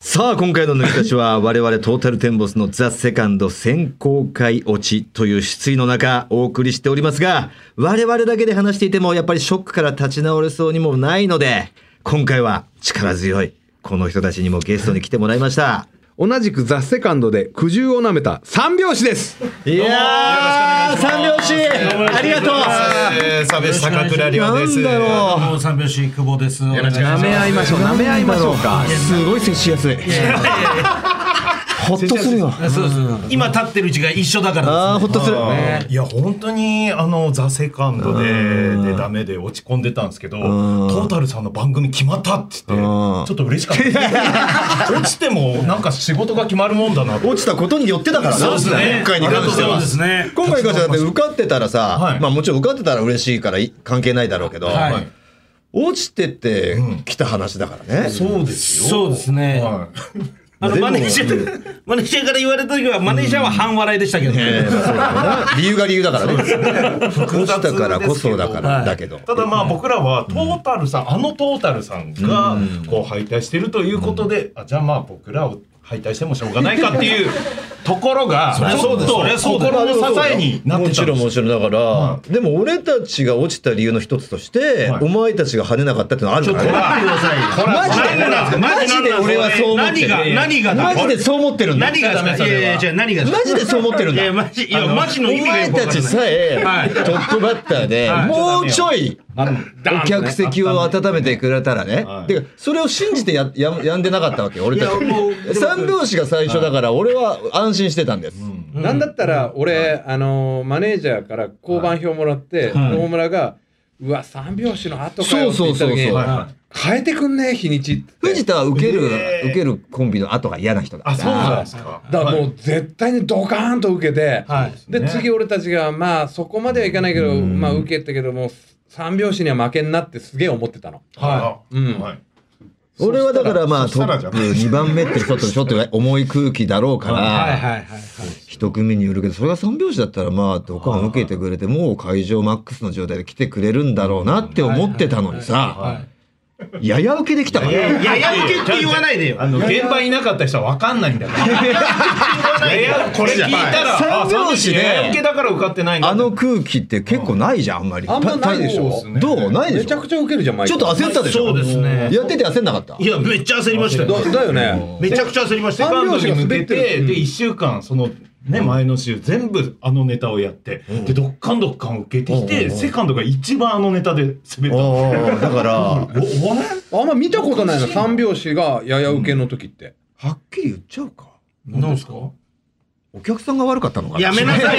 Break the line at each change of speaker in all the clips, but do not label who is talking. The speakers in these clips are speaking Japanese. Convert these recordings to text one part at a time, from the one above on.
さあ、今回の抜き出しは、 我々トータルテンボスのザ・セカンド選考会落ちという失意の中、お送りしておりますが、我々だけで話していても、やっぱりショックから立ち直れそうにもないので、今回は力強い、この人たちにもゲストに来てもらいました。
同じくザ・セカンドで苦渋をなめた三拍子です
いやー、三拍 子ありがとう
えー、サベ坂倉亮で
な
す。
んだろう
もう三拍子久保です。お願いしま
舐
す。
め合いましょう舐め合いましょうか
すごい接しやすい。ほっとするよ。
そうそうそう今立ってる位置が一緒だからですね
あー、ほっとする。
いや本当にあのザセカンドででダメで落ち込んでたんですけど、トータルさんの番組決まったって言って、ちょっと嬉しかった。落ちてもなんか仕事が決まるもんだな。
落ちたことによってだからな。
そうですね
今回に関して
そう
は
で。すね。
今回に関してはだって受かってたらさ、
はい
まあもちろん受かってたら嬉しいからい関係ないだろうけど、
はい
落ちてって来た話だからね。
そうですよ。
そうですね。
は
あのマネージャー、マネージャーから言われた時は、マネージャーは半笑いでしたけど
ええ
ね。
まあそうだろうな理由が理由だからね。落ちたからこそだから、
はい
だけど
い。ただまあ僕らはトータルさん、あのトータルさんがこう敗退してるということで、あじゃあまあ僕らを敗退してもしょうがないかっていうところがち
りゃ
ょ
そう
っ
です
と
そりゃそうだよ
心の支えになっ
も
てた
ち
ん
ろ
で
ん
す
もちろんだから、でも俺たちが落ちた理由の一つとして、
はい
お前たちが跳ねなかったってのはあるからね。
待ってくださいよ
マジで
何なんすか
マジで俺はそう思ってる。
何が何が
マジでそう思ってるんだ。
何がですかいやいやいや何がですか
マジでそう思ってるん
い
だ。
やマジいやマジの意味
お
が
前
よくわ
た
かんな
ち
い
さえ
はい
トップバッターで
はい
もうちょいお客席を
温
温めてくれたらね
はい。
てかそれを信じてやややんでなかったわけよ俺た
いやもう
ち。三拍子が最初だから俺は安心してたんです。
なんだったら俺、あのーマネージャーから交番表もらって、大村が「うわ三拍子の後かよ」って言った
そうそうそ
時に
うそうはい
は
変えてくんね日にち」って
藤田は受ける
えー
受けるコンビの後が嫌な人だ。
あそうなんですか
だからもう絶対にドカーンと受けて、
はい
で
ね
次俺たちがまあそこまではいかないけど、まあ受けたけども三拍子には負けんなってすげえ思ってたの。
はい。
うん
はい。
俺はだからまあ
そし
ト
たらじ
ッ
ゃ
プ2番目ってちょっとちょっと重い空気だろうから
はいはい。
一組によるけどそれが3拍子だったらまあドカン受けてくれてもう会場マックスの状態で来てくれるんだろうなって思ってたのにさやや受けできたからね
いやや受けって言わないでよ
あ。の現場いなかった人は分かんないんだから。いやこれ聞いたら、
はい
あ
三拍子ね
三拍子だから受かってないんだ。
あの空気って結構ないじゃんあんまり
あんまないでしょ
たたどうないで
め
し
ちゃ
ょ
くちゃ受けるじゃん毎
ちょ
回
っと焦ったでしょ
そうですね
やってて焦んなかった
いやめっちゃ焦りましたよ。
だだよね。
めちゃくちゃ焦りました
セ
よ。
カンドに向け
三拍子が滑って
て、で一週間その。ね、前の週全部あのネタをやって、でドッカンドッカン受けてきて、セカンドが一番あのネタで滑った
あ
お
ーだから
お前
あんま見たことないの三拍子がやや受けの時って。
はっきり言っちゃうか
なんですか。
お客さんが悪かったのかな
やめなさい。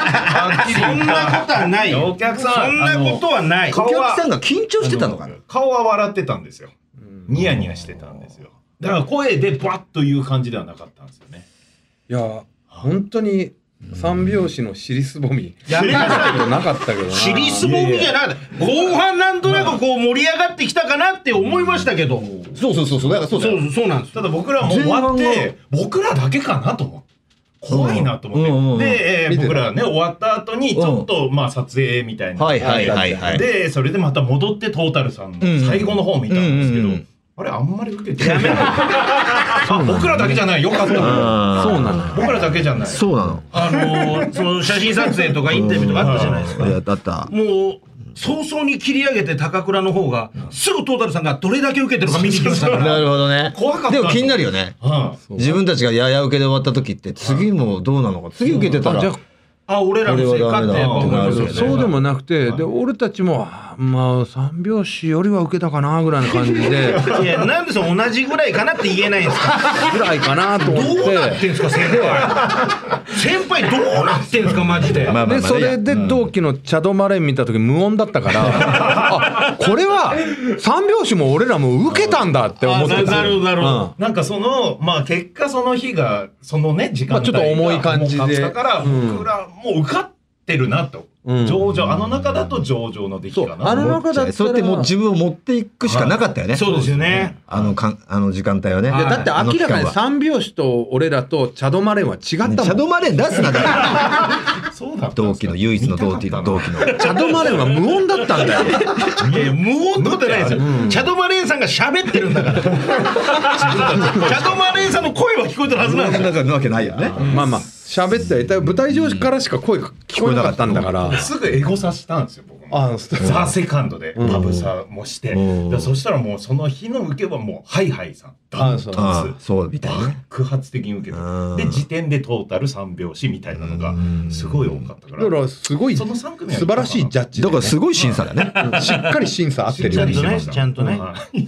そんなことはないよ。
お客さん
そんなことはない。
顔
お
は
客さんが緊張してたのかな
顔は笑ってたんですよニヤニヤしてたんですよだから声でバッという感じではなかったんですよね
いや本当に三拍子の尻すぼみ。やめなさいとなかったけど な。
尻すぼみじゃなくて後半なんとなくこう盛り上がってきたかなって思いましたけど。
そうそうそうそうだからそうだ
そ
よ
うそうなんです
た
よ。
だ僕らも終わっ
前半
て僕らだけかなと思って怖いなと思って、
うんうんうん
で、えー
見てた
僕らね終わった後にちょっと、まあ撮影みたいな、
はいはいはいはい
でそれでまた戻ってトータルさんの最後の方見たんですけど、
うんうんうん
あれあんまり受けてない あ僕らだけじゃないよかった
あー
そうなのよ。
僕らだけじゃない
そうなの
あのーその写真撮影とかインタビューとかあったじゃないですか。
いやだった
もう早々に切り上げて高倉の方がすぐトータルさんがどれだけ受けてるか見に来ましたか
な
ら。
るほどね
怖かった
でも気になるよね
うん
自分たちがやや受けで終わった時って次もどうなのか次受けてたら
じゃあ
あ俺らのせいかってやっぱ思いますよ
俺はダメだってなるよね
ね。
そうでもなくて、で俺たちもあまあ三拍子よりは受けたかなぐらいの感じで
いや、なんでその同じぐらいかなって言えないんですか。
ぐらいかなと思って。
どうなってんすか、先輩。先輩どうなってんすか、マジで。
まあまあまあ
でそれで同期のチャドマレン見た時無音だったから あこれは三拍子も俺らも受けたんだって思って
あななるほどなるほど
なんかそのまあ結果その日がそのね時間
まあちょっと重い感じで
だから
うん
僕らもう受かってるなと、
うん
上場、あの中だと上場の出来かな。
あの中だったら
そうやってもう自分を持っていくしかなかったよね。
そうですよね。
あのかん、あの時間帯はね。
いやだって
あの
明
期
らか
間
に
は
三拍子と俺らとチャドマレンは違ったもん、
ね
チ
シャドーマレン出すなだから
そうだったん
同
です
期
か
の唯一の同 期の同期の。
ャドマレンは無音だったんだよ
いやいや無音ってことないですよ。チャドマレーンさんが喋ってるんだから。チャドマレーンさんの声は聞こえてるはずなんですよ。
そんなわけないよね。
まあまあ喋ってはいたよ舞台上からしか声が聞こえなかったんだから
すぐエゴサしたんですよ、僕も。
あそう
ザ・セカンドでパブサもして、
うん
でそしたらもうその日の受けはもうハイハイさんダントツ
ああそうみたいね。
爆発的に受け
うん
たで時点でトータル3拍子みたいなのがすごい多かったか
だかららすごい
そ
素
の三組は
晴らしいジャッジ
だ
だ
か
よ
らすごい審査だね。
しっかり審査合ってるよ
ゃ
うに
んとね
した
ちゃんとね
はい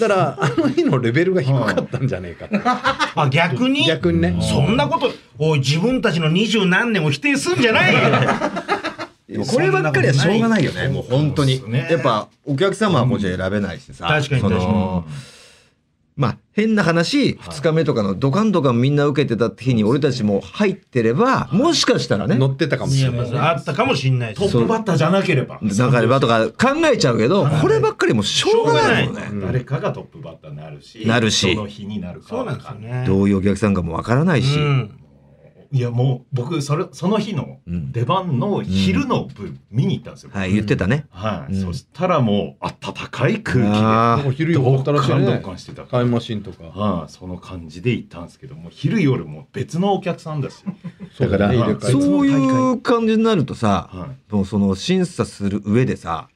だからあの日のレベルが低かったんじゃねえかって
あ逆に
逆にね
そんなことおい自分たちの二十何年を否定すんじゃないよ。
こればっかりはしょうがないよね。もう本当に
そう。ですね
やっぱお客様はもちろん選べないしさ。
確かに
その
確か
まあ変な話、2日目とかのドカンドカンみんな受けてた日に俺たちも入ってれば、もしかしたらね、
乗ってたかもしれない
あったかもしんないし
トップバッターじゃなければ
なんかあればとか考えちゃうけど、こればっかりもうしょうがないもんね。
誰かがトップバッターになるし
なるし
その日になるか
そうなんですよね。
どういうお客さんかもわからないし。
うん
いやもう僕それその日の出番の昼の部見に行ったんですよ、
はい、言ってたね。
はい、
うん
そしたらもう暖かい空
あ
もう
ー
気
昼
で
よ
ド
かった
ッ
らしい
カンドッ
ね
カンしてたから
タイムマシンとか
はいその感じで行ったんですけどもう昼夜も別のお客さんだし、
そうだね
だか
入れ
ら
替えて
そういう感じになるとさ、
はい
もうその審査する上でさ、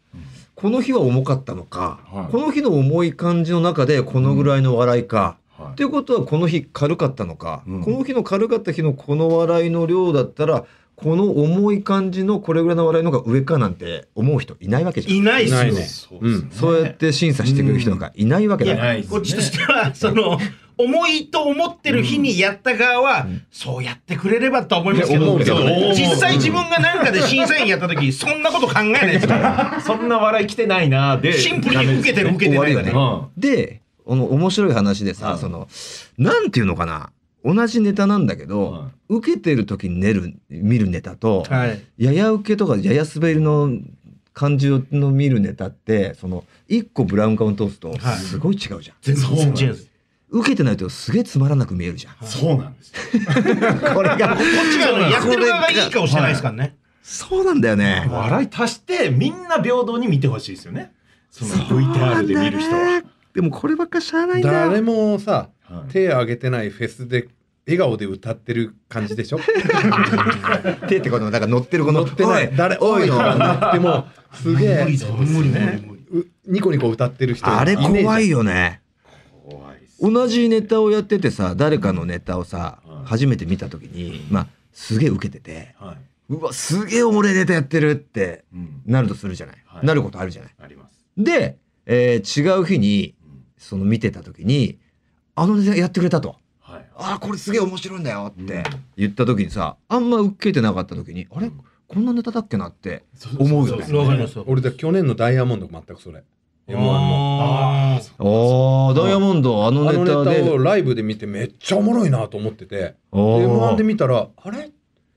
この日は重かったのか、
はい
この日の重い感じの中でこのぐらいの笑いか、
はい
っていうことはこの日軽かったのか、
うん
この日の軽かった日のこの笑いの量だったらこの重い感じのこれぐらいの笑いの方が上かなんて思う人いないわけじゃん。
いないっすよ
いないね
そうですね
そうやって審査してくる人なんかいないわけ
い
だから。
な
や
いっすね
こっちとしてはその重いと思ってる日にやった側は、そうやってくれればとは思いますけ
いや
ど
思うけど
ね
実際自分が何かで審査員やった時そんなこと考えないですから
そんな笑い来てないなで
シンプルに受けてる受けてないが
終わるよ
ね
ねで、この面白い話でさ、
はい
その、なんていうのかな、同じネタなんだけど、
は
受けてる時に寝る、見るネタと、
はい
やや受けとかやや滑りの感じの見るネタって、その、一個ブラウン管を通すと、
はい
すごい違うじゃん。
全然違うんです
受けてないとすげえつまらなく見えるじゃん。
そうなんです
これが、
こっちがやってる側がいい顔してないですからね
そうなんだよね。
笑い足してみんな平等に見てほしいですよねその VTR で見る人は
でもこればっかしゃあないんだよ。
誰もさ
はい
手挙げてないフェスで笑顔で歌ってる感じで しょ
手ってこの、なんか乗ってるこの、
乗ってない誰
お
お
い
い
の
とかなってもすげえ
無理ぞ無理無理無理
うニコニコ歌ってる人
あれ
ねえじゃん
怖いよね。
怖いっす
同じネタをやっててさ誰かのネタをさ、
うん
初めて見た時にまあすげえ受けてて
はいう
わすげえおもれネタやってるって
うん
なるとするじゃない、
はい
なることあるじゃない。
あります
で、えー違う日に
うん
その見てた時にあのネタやってくれたと。
はい
ああこれすげえ面白いんだよっ
うん
て言った時にさあんま受けてなかった時にあれ
ん
こんなネタだっけなって
そうそう
思うよ
そう
ね
そ。う
わかりますよ
俺だ去年のダイヤモンド全くそれ M1 の
あー
ああダイヤモンドあの
あ
ネ
のネ
タ
タを
で。
ライブで見てめっちゃおもろいなと思ってて
あー
M1 で見たらあれ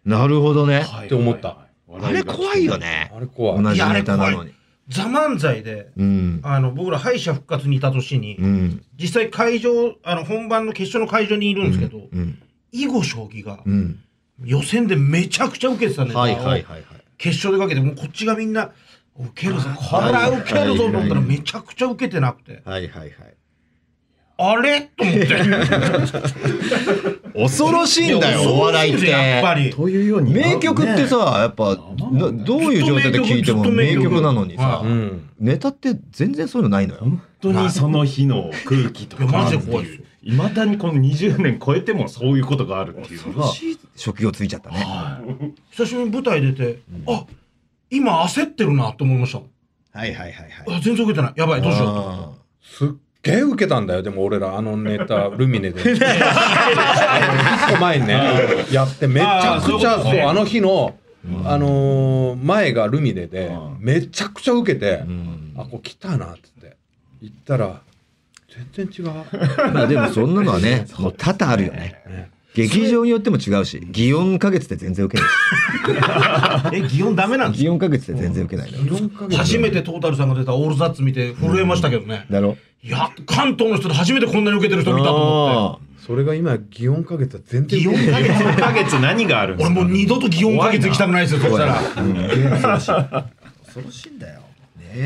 なるほどね。
はい
って思った
はい
あれ怖いよね。
あれ怖い
同じネタなのに。
ザ・漫才で
うん。
あの僕ら敗者復活にいた年に
うん。
実際会場あの本番の決勝の会場にいるんですけど
うん。
囲碁将棋が
うん。
予選でめちゃくちゃ受けてたネタを
はいはいはいはい。
決勝でかけてもうこっちがみんな受けるぞこれは受けるぞと思ったらめちゃくちゃ受けてなくて
はいはいはい。
あれと思って
恐ろし いんだよ、お笑いっ
やっぱ
て。
り
というように
名曲ってさ、やっぱ、などういう状態で聴いても
ずっと
名
名曲
曲なのにさ
は、
うん
ネタって全然そういうのないのよ。
本当にその日の空気と
いや
か
マ
って
ジ
い
で怖いです
ういまだにこの20年超えてもそういうことがあるっていうのが
職業ついちゃったね。
はい
久しぶりに舞台出てあ今焦ってるなと思いました
はいはいはいは
あ全然受けてないやばいどうしようと
あ
すっげえ受けたんだよでも俺らあのネタルミネであの一個前にねやってめちゃくちゃ
あーそういうこと
そう
ね
あの日のあのー前がルミネで
うん
めちゃくちゃ受けて
ん
あこれ来たなっつって行ったら全然 違う
ーまあでもそんなのはね、もう多々あるよね。
劇場によっても違うし、祇園花月って全然受けない。
え、擬音ダ メなんですか
祇園花月って全然受けないの。
初めてトータルさんが出たオールザッツ見て震えましたけどね。
だろ
いや、関東の人で初めてこんなに受けてる人見たと思って。
それが今擬音かけたら全然
擬音
受けな
か
い
けて
1ヶ月何があるんで
俺
すか
もう二度と擬音かけて行きたくないですよ、そしたら。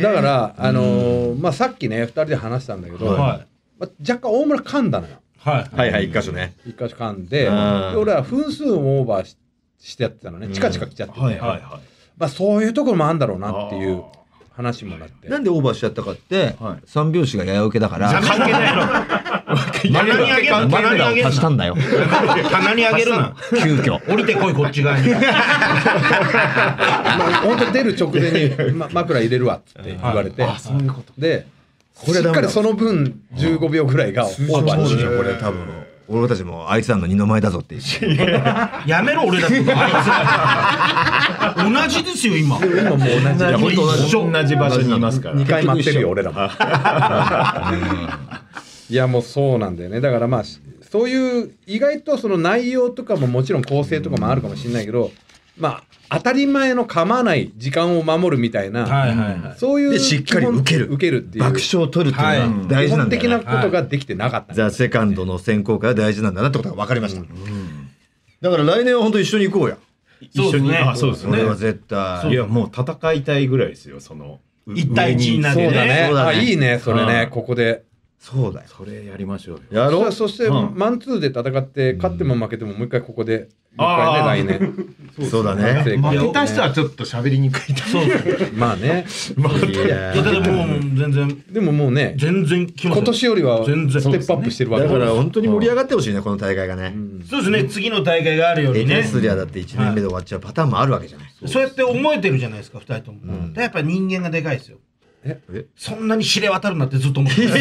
だからあのーまあさっきね二人で話したんだけど、
はい
まあ、若干大村噛んだのよ
はい。
はいはい、一箇所ね。
一箇所噛んでで
ん
俺は分数もオーバーししてやってたのねチカチカ来ちゃってて、
はいはいは
まあそういうところもあるんだろうなっていう話もなって
なんでオーバーしちゃったかって、三拍子がやや受けだから、
関係ないの。棚にあげるな。棚にあげる
足した
な。
ん だよ。
棚にあげるな。
急遽。
降りてこい、こっち側に。
まあ、本当出る直前に、ま、枕入れるわっつって言われて、でしっかりその分15秒ぐらいがオーバー
そう
し
でしょ、これ多分。俺たちもあいつらの二の前だぞって言って。
やめろ、俺だって。あいつ同じですよ、今。
今もう同
いや
い
本当同じ
同じ場所にいますから
じ2回待ってるよ俺らもいやもうそうなんだよねだからまあしそういう意外とその内容とかももちろん構成とかもあるかもしれないけどまあ当たり前の構わない時間を守るみたいな、
はいはいはい。
そういう
でしっかり受ける
基本受けるっていう
爆笑を取るっていうのは大
基
事なん
本
だ
的
よ
な
ね。
ことができてなかった、
ザ・セカンドの選考会は大事なんだなってことが分かりました。だから来年は本当一緒に行こうや。
そうですね。
あそうですね
俺は絶対。
いやもう戦いたいぐらいですよその
一対一になる
そうだね
そうだね
あいいねそれね、
うん
ここで
そうだよ。
それやりましょうよ
やろう。
そして、
うん
マンツーで戦って勝っても負けてももう一回ここでもう
あー
一回ね来年
そうだね。
正解
負けた人はちょっと喋りにくいだ
そうです ね。
まあね
いや
いや、だってもう全然、
でももうね
全然来ま
今
すよ
年よりはステ
全然
ップアップしてるわけ
だから
う
本当に盛り上がってほしいね、この大会がね。
そうですね、次の大会があるよ
エ
り
テ
ね。
スリアだって1年目で終わっちゃうパターンもあるわけじゃない。
そうやって思えてるじゃないですか、二人とも。でやっぱ人間がでかいですよ。
え
そんなに知れ渡るなってずっと思ってた。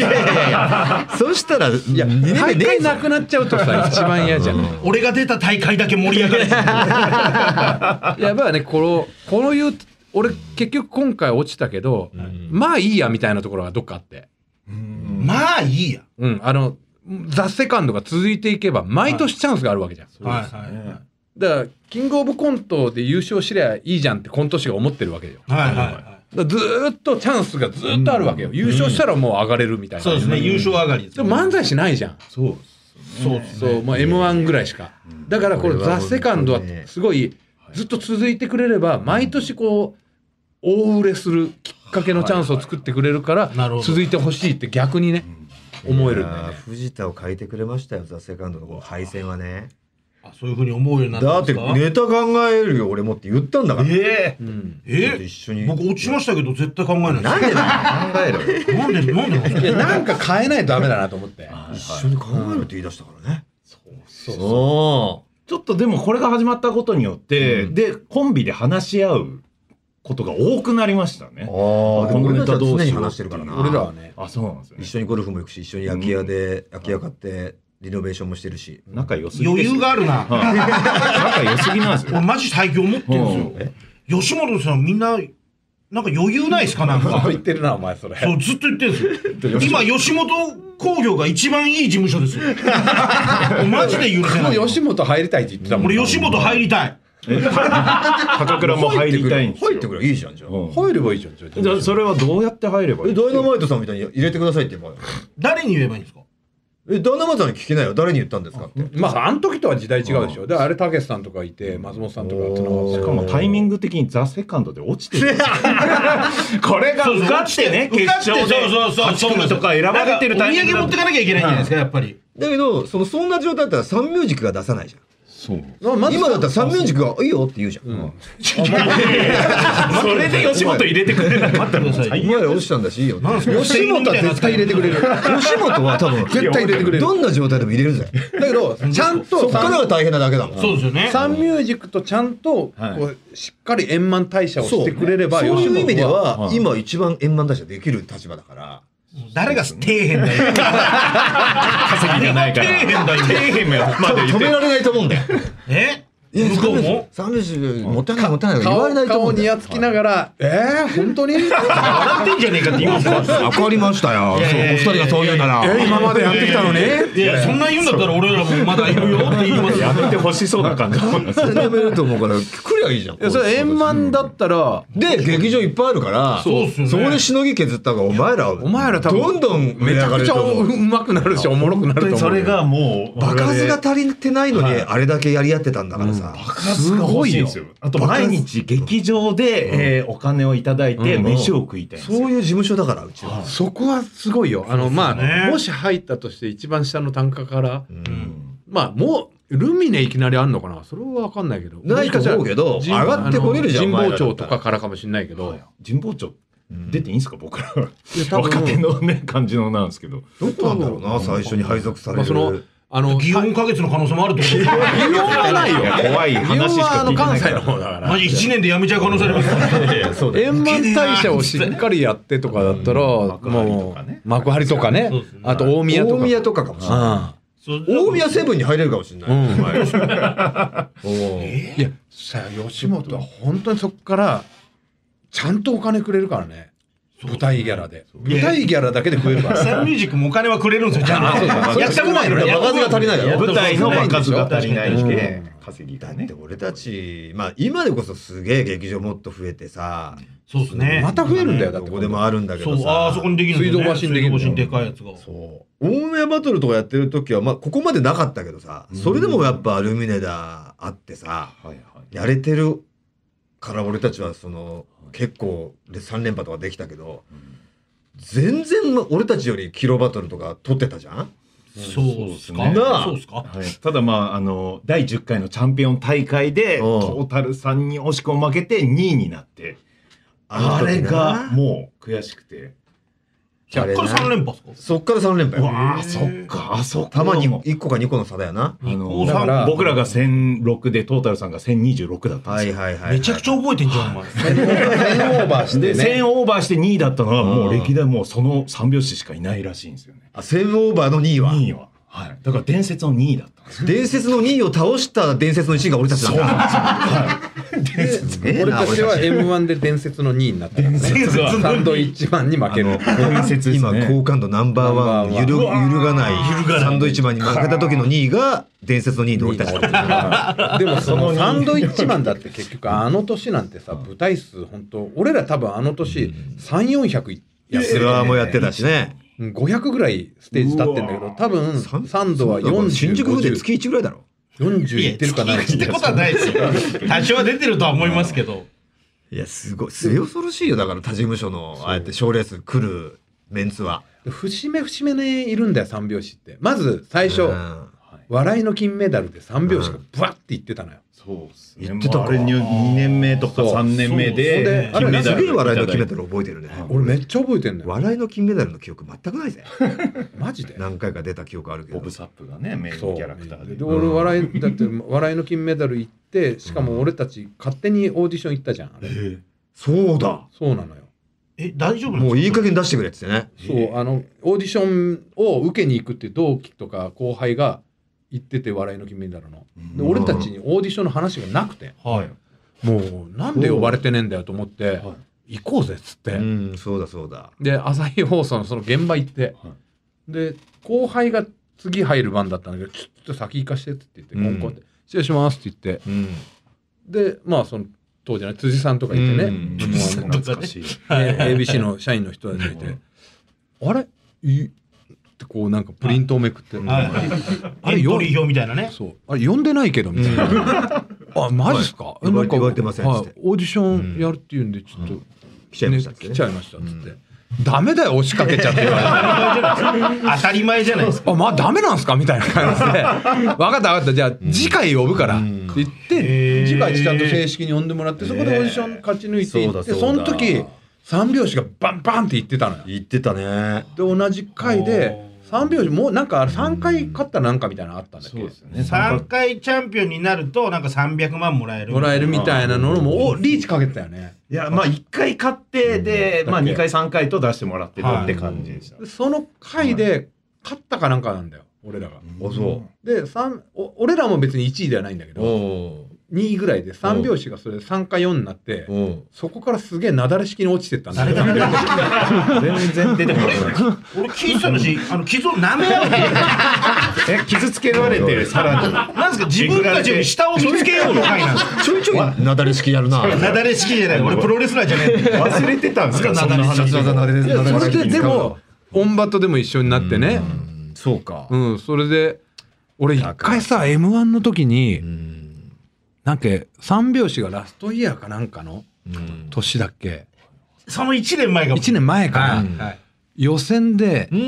そしたら、いや、2
ん
年目
大
ねえ
会
ぞ
なくなっちゃうとさ一番嫌じゃん
俺が出た大会だけ盛り上がる。
やばいねこのこういう俺結局今回落ちたけど、まあいいやみたいなところがどっかあって
まあいいや。
うんあのザ・セカンドが続いていけば毎年チャンスがあるわけじゃん、
はいはい
だからキングオブコントで優勝しりゃいいじゃんって今年が思ってるわけよ
はいは
だからずーっとチャンスがずーっとあるわけよ、優勝したらもう上がれるみたい
い。
な、
そうですね、優勝上がりです
で。も漫才師ないじゃん
そうっ
そうです
そう、まあ、m 1ぐらいしか、だからこれ「ザ・セカンドはすごいずっと続いてくれれば毎年こう大売れするきっかけのチャンスを作ってくれるから
いなるほど
続いてほしいって逆にね思えるんだよ
あー
ね
藤田を変えてくれましたよ、ザ・セカンドのこう敗戦はね。
あそういうふうに思うようにな
だ
った
っ
んで
て
すか
ネタ考えるよ、俺もって言ったんだから。
ええ
ちょっと
え
一緒に。
僕落ちましたけど絶対考えない
なん
で
でだよ
考えろよ
すなんでなんでなんですか
いやなんか変えないとダメだなと思って
一緒に考えるって言い出したからね。そうそ
ちょっとでもこれが始まったことによってでコンビで話し合うことが多くなりました
う。あ
ね
あ、でも俺たちは常に話してるからな。
俺らはね
あそうなんですよね
一緒にゴルフも行くし、一緒に空き家で、空き家買って、リノベーションもしてるし。
仲良すぎ
余裕があ
る
るな
仲良すぎなん ですよ
俺マジ最強思ってるんですよ吉本さんみんななんか余裕ないですかなんか
言ってるなお前それ
そう、ずっと言ってるんですよ。今、吉本興業が一番いい事務所ですよ。マジで許せない。
もう吉本入りたいって言ってたもん
俺、吉本入りたい。
高倉も入りたいんです
入っ
よ
てくれいいじゃんじゃあ。
うん
入ればいいじゃんちょいちょい
じゃあそれはどうやって入ればい
え
い
ダイナマイトさんみたいに入れてくださいって言えば
誰に言えばいいんですか
えダイナマイトさんに聞けないよ誰に言ったんですかって
まああの時とは時代違うでしょだからあれたけしさんとかいて松本さんとか綱渡さん
しかもタイミング的にザ・セカンドで落ちてる。これが受かってね、決勝で。
そうそうそう。
勝ち組とか選ばれてるタイミング
なんかお土産持ってかなきゃいけないんじゃないですか、やっぱり。
だけどそのそんな状態だったらサンミュージックが出さないじゃん
そう。
まず
今だったらサンミュージックがいいよって言うじゃん、
それで吉本入れてくれない。
待ってくださ
お
い。
前ら落ちたんだしいいよって
すか
吉本は絶対入れてくれる吉本は多分絶
絶対入れてくれる
どんな状態でも入れるぜ
だけどちゃんと
そっからが大変なだけだもん
そうですよね。
サンミュージックとちゃんとこうしっかり円満退社をしてくれれば
そういう意味で
吉本
は今一番円満出社できる立場だから
誰が底辺だよ。
稼ぎがないから。
底辺だよ。
底辺までい
止め
て。
られないと思うんだよ
え
いや
向こうも
三拍子もったいないもったいない言われない
顔
と思
顔
うん
に
だよ
やつきながら、えー、本当に
笑ってんじゃねえかって言いますよ
わかりましたよ。そうお二人がそう言うなら。
今までやってきたのに
いやそんな言うんだったら俺らもまだいるよって言いますよ
やめてほしそうな感じ。
全然やめると思うから、来りゃいいじゃん。
それ円満だったら、
で、劇場いっぱいあるから、
そうっすよね
そこでしのぎ削った方が、お前ら、お
お前ら多分
どんどん盛り
めち
上
ゃ
がれ
く
る
ちゃ
と
う
思う。
まくなるし、おもろくなると思う。
それがもう
場数が
我
足りてないのに、あれだけやり合ってたんだからさ。
々すごいよあと毎日劇場で、えーお金をいただいて飯を食いたいんですよ
そういう事務所だから、うちは。
そこはすごいよ。あの、まあ、
ね
もし入ったとして一番下の単価から、
うん
まあ、もう、ルミネいきなりあんのかなそれはわかんないけど。
ないと思うけど
もしかしたら
上がってこれるじゃん
あの
お前
神
ら
保
だ
町
った
と
ら
かからかもしれないけど。
神保町出ていいんすか僕ら
いや多分
若手のね、感じのなんですけど。
どこなんだろうな、最初に配属され
まあ、その
る。、
あの、
祇園花月の可能性もあるってことです よ
祇園はないよ。
怖い
祇園
話し
はあ
か聞
の
いてな
関
いか
西
ら
の。方だから。
マジ1年で辞めちゃう可能性ありますから
そうだよ
円満大社をしっかりやってとかだったら、もう幕張とかね
そうですね
あと大宮と
大
か
宮とかかもしれない。
あ
大宮セブンに入れるかもしれない。
あ
おー
いやさ吉本は本当にそこからちゃんとお金くれるからね舞台ギャラで舞台ギャラだけで食えるから
サンミュージックもお金はくれるんですよちゃんとやったことないの
だ
に
から場数が足りないだろ。
舞台の場数が足りないしで、稼ぎ
だ
が
っ
ね
て。俺たち、まあ今でこそすげえ劇場もっと増えてさ、
そうですね
また増えるんだよだ
ど
って
こでもあるんだけど
そうあ
さ。
あそこにできるんですよね
水道橋にできるの
水道橋にでかいやつが
そう。オンエアバトルとかやってる時は、まあここまでなかったけどさ、それでもやっぱアルミネだあってさ、
はいはい
やれてるから俺たちはその、結構で3連覇とかできたけど、全然俺たちよりキロバトルとか取ってたじゃん
そうっすか
なあ
そうっすか
はい、ただまああの第10回のチャンピオン大会で
うん
トータルさんに惜しくも負けて2位になってあれがもう悔しくて
う、あれ
こ
な
れ3連覇っすか
そっから3連覇よ。
わあそっかあそこ
たまに1個か2個の差だよな。
あの
だ
から
僕らが1006でトータルさんが1026だったん
は
です
い
よ、
はいはい、
めちゃくちゃ覚えてんじゃんお前
1000オーバーして
で
ね
1000オーバーして2位だったのはもう
うん
歴代もうその3拍子しかいないらしいんですよね
あ、1000オーバーの2位は。
2位は、はい、だから伝説の2位だったんですよ
伝説の2位を倒した伝説の1位が俺たちなんだ。ええ
俺
な
たちは m 1で伝説の2位になったからね
説の二位
サンドイッチマンに負ける
伝説です
今
ね
好感度ナンバーワンの揺る揺るがないサンドイッチマンに負けた時の2位が伝説の2位で俺たちだ
でもそ のサンドイッチマンだって結局あの年なんてさ舞台数本当俺ら多分あの年3400やって
ス
る
ラーもやってたしね
うん500ぐらいステージ立ってんだけど多分サンドは40
新宿風で月1ぐらいだろ
40
い
い
や
ってるかない
月一ってことはないですよ多少は出てるとは思いますけど
いやすごい末恐ろしいよだから他事務所のああやって賞レース来るメンツは
節目節目ねいるんだよ三拍子ってまず最初、
うん
笑いの金メダルで三拍子がブワッて言ってたのよ、
そうっすね。
言ってたか
まああれに2年目とか
そう
3年目で
そうそうで
金メダ
す
ル
げえ笑いの金メ
た
ダル覚えてるね
俺めっちゃ覚えてんのよ
笑いの金メダルの記憶全くない ぜ
マジで
何回か出た記憶あるけ
ボ
ど
ブサップがねメインキ
そう
ャラクター
で
で。
俺笑いだって笑いの金メダル行ってしかも俺たち勝手にオーディション行ったじゃんあれ
そうだ
そうなのよ
え大丈夫なんです
も
か
ういい加減出してくれっつってね
そうあのオーディションを受けに行くっていう同期とか後輩が行ってて笑いの金メダルので
うん
俺たちにオーディションの話がなくて
はい
もうなんで呼ばれてねえんだよと思って
は
行こうぜっつって、
うんそうだそうだ
で朝日放送のその現場行って、
は
で後輩が次入る番だったんだけどちょっと先行かしてって言って、
うん
コンコンって「失礼します」って言って
うん
でまあその当時の辻さんとかいてね、
うん
もう
辻
ね
懐かしい。
ABC の社員の人たちがいて「あれいってこうなんかプリントをめくって「
はい
あ
エ
れ
ント
よ
リー表みたいなね
そうあれ呼んでないけど」みたいな「あマジっすか?
い
なんか」
呼ばれてませんっつ
は
って
いオーディションやるっていうんでちょっと。
来ちゃいましたっつっ
ね
て
来
ね
ちゃいましたっつって、ダメだよ押しかけちゃって言 われてあ
当たり前じゃないですか
まあダメなんすかみたいな感じ で分かった分かったじゃあ次回呼ぶからって言って、次回ちゃんと正式に呼んでもらってそこでオーディション勝ち抜いていって、
そうだそう
そ
だ
の時三拍子がバンバンって言ってたのよで
言ってたね
同じ回で三拍子もうなんか3回勝ったらなんかみたいなのあったんだっ
そうです
け
よね。
3回チャンピオンになるとなんか300万もらえる
もらえるみたいなのもおリーチかけてたよね
いやまあ1回勝ってでまあ2回3回と出してもらってるって感じでした。
でその回で勝ったかなんかなんだよ俺らが
あそう
で三お俺らも別に1位ではないんだけど
お
2位ぐらいで3拍子がそれで3か4になって
うん
そこからすげえなだれ式に落ちてったんだよ
全然出てこない。
俺聞いてたのし、あの、傷を舐め合うって。
え傷つけられてさらに
なんですか、自分たちより下を見つけようの回なんですか。
ちょいちょいなだれ式やる な。
なだれ式じゃない。俺プロレスラーじゃない。
忘れてたんですかそんな話
いやそれででもオンバトでも一緒になってね
そうか。
うんそれで俺一回さ m 1の時になんか三拍子がラストイヤーかなんかの年だっけ
その1年前が。
1年前か
うん
な予選で
うん。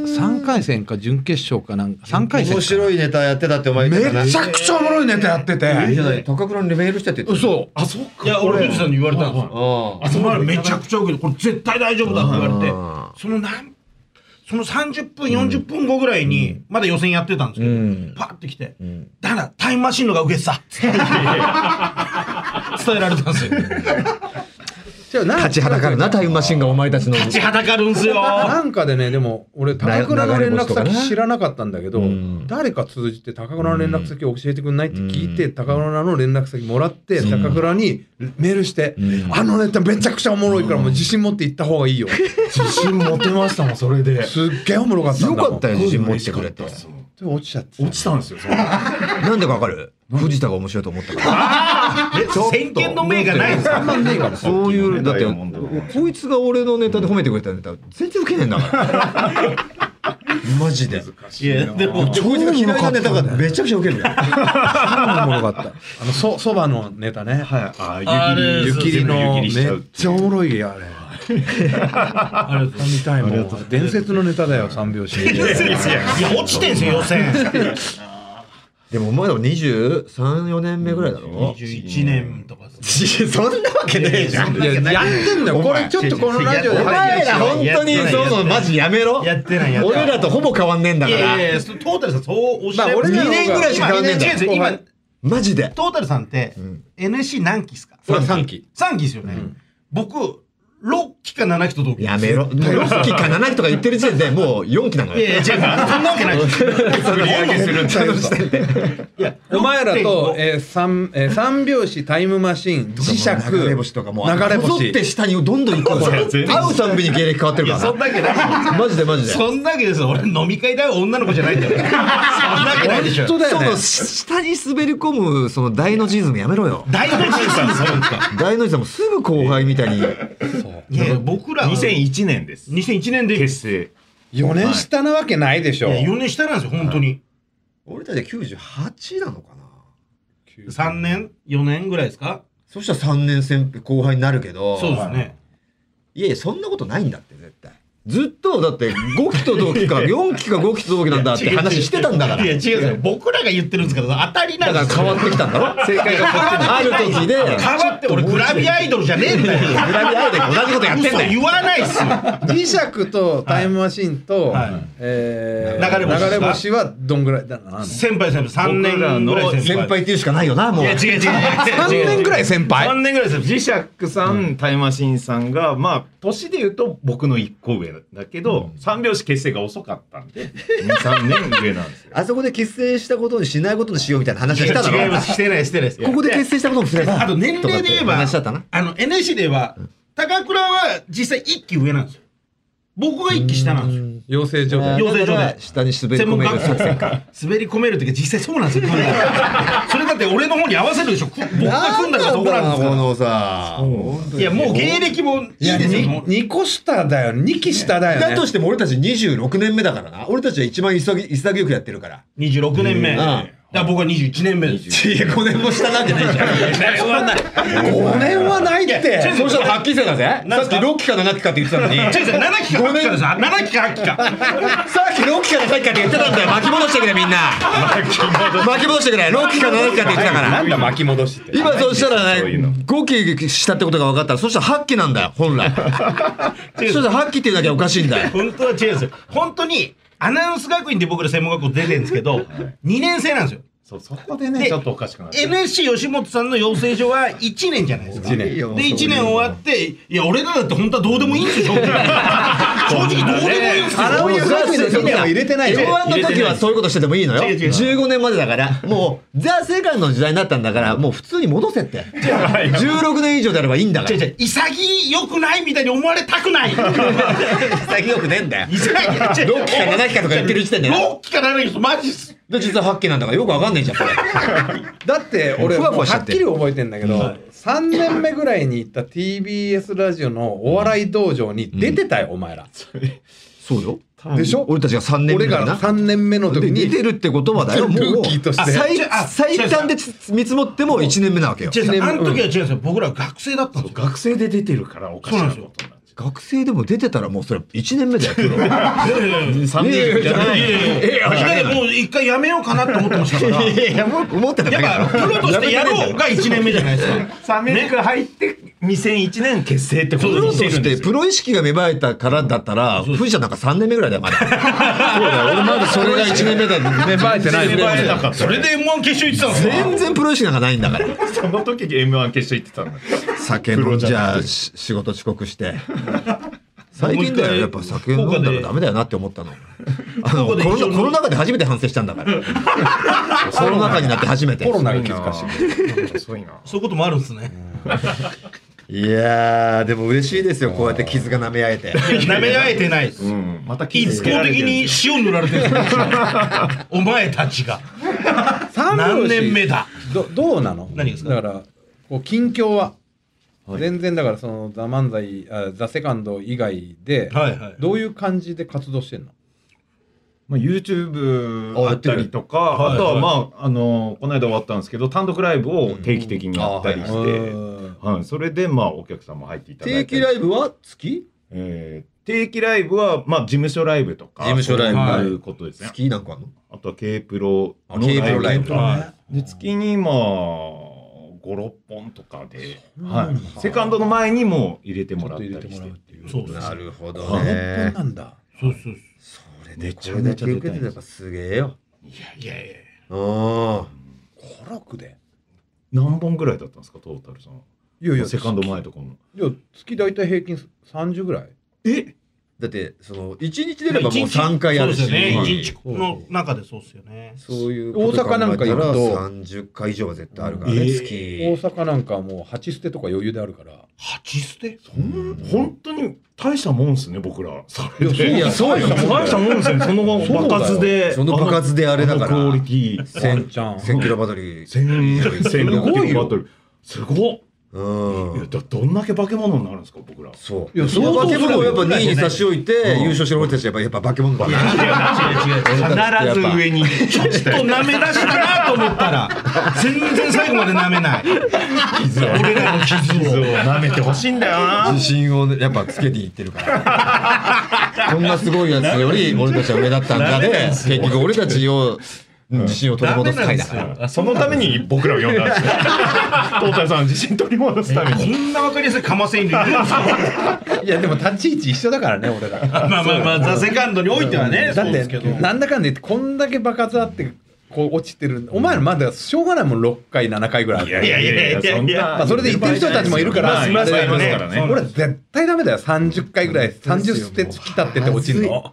3回戦か準決勝かなんか3回
面
戦かな
白いネタやってたってお前言ってたな。
めちゃくちゃおもろいネタやって
いいじ
て
ゃない。高倉にメールしたって言ってた。
そう
あ、そうか。いや、俺、藤さんに言われたんですよ。
ああ。
あそこまでめちゃくちゃ受けて、これ絶対大丈夫だって言われて
あ、
そのなん、その30分、40分後ぐらいに、まだ予選やってたんですけど、パーって来て、だからタイムマシンのが受けてたって伝えられたんですよ。
立
立ちはだかるな、タイムマシンがお前たちの。
立ちはだかるんすよ。
なんかでねでも俺高倉の連絡先知らなかったんだけど、誰か通じて高倉の連絡先教えてくんないって聞いて、高倉の連絡先もらって、高倉にメールして、あのネタめちゃくちゃおもろいからもう自信持って行った方が いいよ、
自信持てましたもんそれで
すっげえおもろかったん
よ
だもん
かったよ、自信持ってくれて。
で落ちちゃって
落ちたんですよそ れ
なんでかわかる藤田が面白いと思ったから。
先見の明がないんですか
あんまねえから
そういう、だって
ダイヤモンドは、
こいつが俺のネタで褒めてくれたネタ、全然受けねえんだから。 マジで。
いや、でも、
こいつが嫌いなネタがめちゃくちゃ受け るんだよ。
超おもろかったあのそそばのネタね、
はいあー
湯
湯
切
切り
りのめ
湯切りしちゃう
っちゃおもろいやあれ。あれみたいもん伝説のネタだよ三 拍子。
いや、落ちてんすよ、予選。
でもお前らも23、4年目ぐらいだろ
21年とかですね。
そんなわけねえじゃん。
いややってんだよこれちょっとこのラジオで
お前ら本当にそういうのマジやめろ。
やってないやってない
俺らとほぼ変わんねえんだ
い
か
やいやい
ら。
や、トータルさん、そうおっしゃ
ま
い
あ
ま
俺
す
らの方が
二年ぐらいしか変わんねえんだよ
今、違うんですよ今
マジで。
トータルさんって、NSC 何期っすか
3期。
三期ですよね。僕、6期か7期と同期。
やめ ろ。6期か7期とか言ってる時点でもう4期なの
いやいや、
よ。
違う。そんなわけないです。
その上げする
いや、
お前らと、
6.5
えー三えー三拍子タイムマシン磁石
流れ星とかもう
流れ
こぞっ
星
て下にどんどん行くから会うたんびに芸歴変わってるから
そんなわけない。
なマジでマジで
そんなわけですよ。俺、飲み会だよ、女の子じゃないんだよ。そんなわけないでしょ。
本当だよね
その下に滑り込むその大の字イズムやめろよ
大の人さん、そうか。
大の字イズムもすぐ後輩みたいに
いや、僕ら、
2001年です
2001年で、い
結成
四年下なわけないでしょ
や、4年下なんですよ、本当に。
俺たち98なのかな
3年 ?4 年ぐらいですか
そしたら3年先輩後輩になるけど
そうですね。
いやいやそんなことないんだって絶対ずっとだって5期と同期か4期か5期と同期なんだって話してたんだから
いや、違うんですよ。僕らが言ってるんですから、当たりなん
だ
で
から
す
変
よ
わってきたんだろ正解がこっちにある時で
変わって、俺、グラビアアイドルじゃねえんだよ。
グラビアアイドルと同じことやってん
嘘
だよ
言わないっすよ。
磁石とタイムマシンと、
はい
えー
流れ星ですか
流れ星はどんぐらいだな
先輩先輩、3年ぐらい
先輩っていうしかないよなもう
いや、違う違う違う。
三年ぐらい先輩
3年ぐらいですよ。
磁石さん、タイムマシーンさんがまあ年で言うと僕の1個上だけど、三拍子結成が遅かったんで23年上なんですよ
あそこで結成したことにしないことにしようみたいな話はしただ
違い
ろ
ます。してない、してないです。
ここで結成したことにすれば
あと年齢で言えば、
とかって話だったな
あの、NSC では、高倉は実際1期上なんですよ。僕が1期下なんですよ。
養成所で
よ養成所で
下に滑り
専
込
門
める
学校
作戦か
滑り込めるとき実際そうなん ですよ。それだって俺の方に合わせるでしょ。く僕が組んだらどこなんです
こ
か
のさ
ら。いや、もう芸歴もいいですよ。もう
2個下だよ2期下だよ
だ
ね
としても俺たち26年目だからな俺たちは一番潔ぎ潔くやってるから
26年目。
ん
だから僕は21年目です。
いや5年も下なんじゃないじゃん
言わない。
5年はないって
そうしたら8期生だぜ
なん
さ
す
っ
か
き6期か7期かって言ってたのに
違う違う、7期か8期かですよ。7期か8期か。
さっき6期か7期かって言ってたんだよ巻き戻してくれみんな巻き戻してくれ6期か7期かって言ってたから
だ巻き戻しって
今そうしたら
そういうの
ね5期したってことが分かったらそしたら8期なんだよ本来そしたら8期っていうだけはおかしいんだよ
本当は違うんですよ。本当に、アナウンス学院で僕ら専門学校出てるんですけど、2年生なんですよ。
そうそこでね
で
ちょっとおかしくなって
NSC 吉本さんの養成所は1年じゃないですか。
1年
で、1年終わって、いや、俺らだって本当はどうでもいいんですよ。正直正直どうでもいいんですよ。
あそういう
ザ
額
セカン
の
ド
2年は入れてないよ
上の時はそういうことしててもいいのよ。
違う違う
15年までだから、もう、ザ・セカンドの時代になったんだから、もう普通に戻せって。16年以上であればいいんだから。
潔くないみたいに思われたくない。
潔くねえんだよ。
潔
6期か7期かとか言ってる時点でね。
6期か7期ですマジっす。
で、実は8期なんだからよくわかんねえじゃん、これ。
だって俺
ふわふわしちゃ
は
っ
ってきり覚えてんだけど、3年目ぐらいに行った TBS ラジオのお笑い道場に出てたよ、お前ら。
そうよ。
でしょ
俺たちが3年目
俺
だ
が
な。
3年目の時
で出
に
てるってことはだよ、も
ル
う
ーキーとして
あ最最短でつ見積もっても1年目なわけよ。
違う違うあの時は違うんですよ。僕ら学生だったんですよ。
学生で出てるからおかしなことになっち
学生でも出てたらもうそれ1年目だよ、プロ
ゃう。3年じゃない。
ええ、だってもう一回やめようかなって思ってましたから。
いやいや、もう思ってただけだ
や
ろ
っぱプロとしてやろうが1年目じゃないですか。
3年目入って2001年結成ってこ
プ
と
ロ
に
と
してる
し
んで
て
す
プ
よ。
ロ意識が芽生えたからだったら、富士山なんか3年目ぐらいだよ、まだ。そうだよ、俺まだそれが1年目だ。
芽生えてない
芽生えなかった
それで M1 決勝行ってたんですか
全然プロ意識なんかないんだから。
その時 M1 決勝行ってたんだ。
酒飲んじゃ、し仕事遅刻 して。最近だよ、やっぱ酒飲んだらダメだよなって思ったの。あの、コロナコロナ禍で初めて反省したんだ から。コロナ禍になって初めて。
コロナが気づかしい。
遅いな。
そういうこともあるんですね。
いやー、でも嬉しいですよ、こうやって傷が舐め合え て。
舐められてないです。
うん。また
一
傷つけ
方
られ
的
てる
に塩塗られてるんですよお前たちが。
三
何年目だ。
どどうなの
何ですか
だからこう近況は、全然だからその「ザ・漫才」あ「ザ・セカンド以外で、
はいはい
どういう感じで活動してんの
まあ、YouTube
あや
あ
っ
って
る
たりとか、あとはまあ、あの、この間終わったんですけど、単独ライブを定期的にやったりして、
うん
はい、それでまあ、お客さんも入っていただいて。
定期ライブは月
えー定期ライブは、まあ、事務所ライブとか、
事務所ライブ
そういうことですね。
月なんかあんの
あとは K プロ
あ K プロライブ
とかで、月にまあ、5、6本とかで、はい。セカンドの前にも入れてもらったりして。
そうです。
なるほど
あ本
ね
当。なんだ
そうそう
それでこれだけ受けてたらやっぱすげえよ。
そう。いやいやいや。
あ
56で
何本ぐらいだったんですか、トータルさん。
いやいや
セカンド前とかも。
いや月大体平均30ぐらい
え
だってその一日出ればもう3回やるし、
そうですよね。
はい
一日の中でそうですよね。
そういう
大阪なんか行くと
三十回以上は絶対あるからね。
えー
大
月。
阪なんかはもう8捨てとか余裕であるから
八捨て
そん本当に大したもんっすね、僕ら。それで
いや そうよ。
大したもんっすね、その
そうだよ
爆発で。
その爆発であれだから
あのクオリティ。
ワ
千
ンちゃん
千キロバトル。
千千
すごいよ
バトル。すごっ。
う
いや
ん。
だどんだけ化け物になるんですか僕ら。
そう。
いや相当
化け物をやっぱ
すごいよ
2位に差し置いて優勝してる俺たちやっぱやっぱ化け物だな。
必ず上に。
ちょっと舐め出したなと思ったら、全然最後まで舐めない。俺らの傷を。
舐めてほしいんだよな。
自信をねやっぱつけていってるからこんなすごいやつより俺たちは上だったんだで結局俺たちを自信を取り戻す回だから
そのために僕らを呼んだんですね。トータルさん自信取り戻すため
こ
に。
んなわかりやすいかませ犬いるんですか
いやでも立ち位置一緒だからね俺ら
まあまあまあ、ザ・セカンドにおいてはね、
だ
そうです
っ
け
て
ど。
なんだかんだ言ってこんだけ爆発あってこう落ちてるお前らまだしょうがないもん6回7回ぐらいある
いやいやいやいや
そんな
まあ、それで言ってる人たちもいるから、
まあい
まあ
ますいます
ね
からね
俺ら絶対ダメだよ30回ぐらい30捨て突き立ってて落ちるの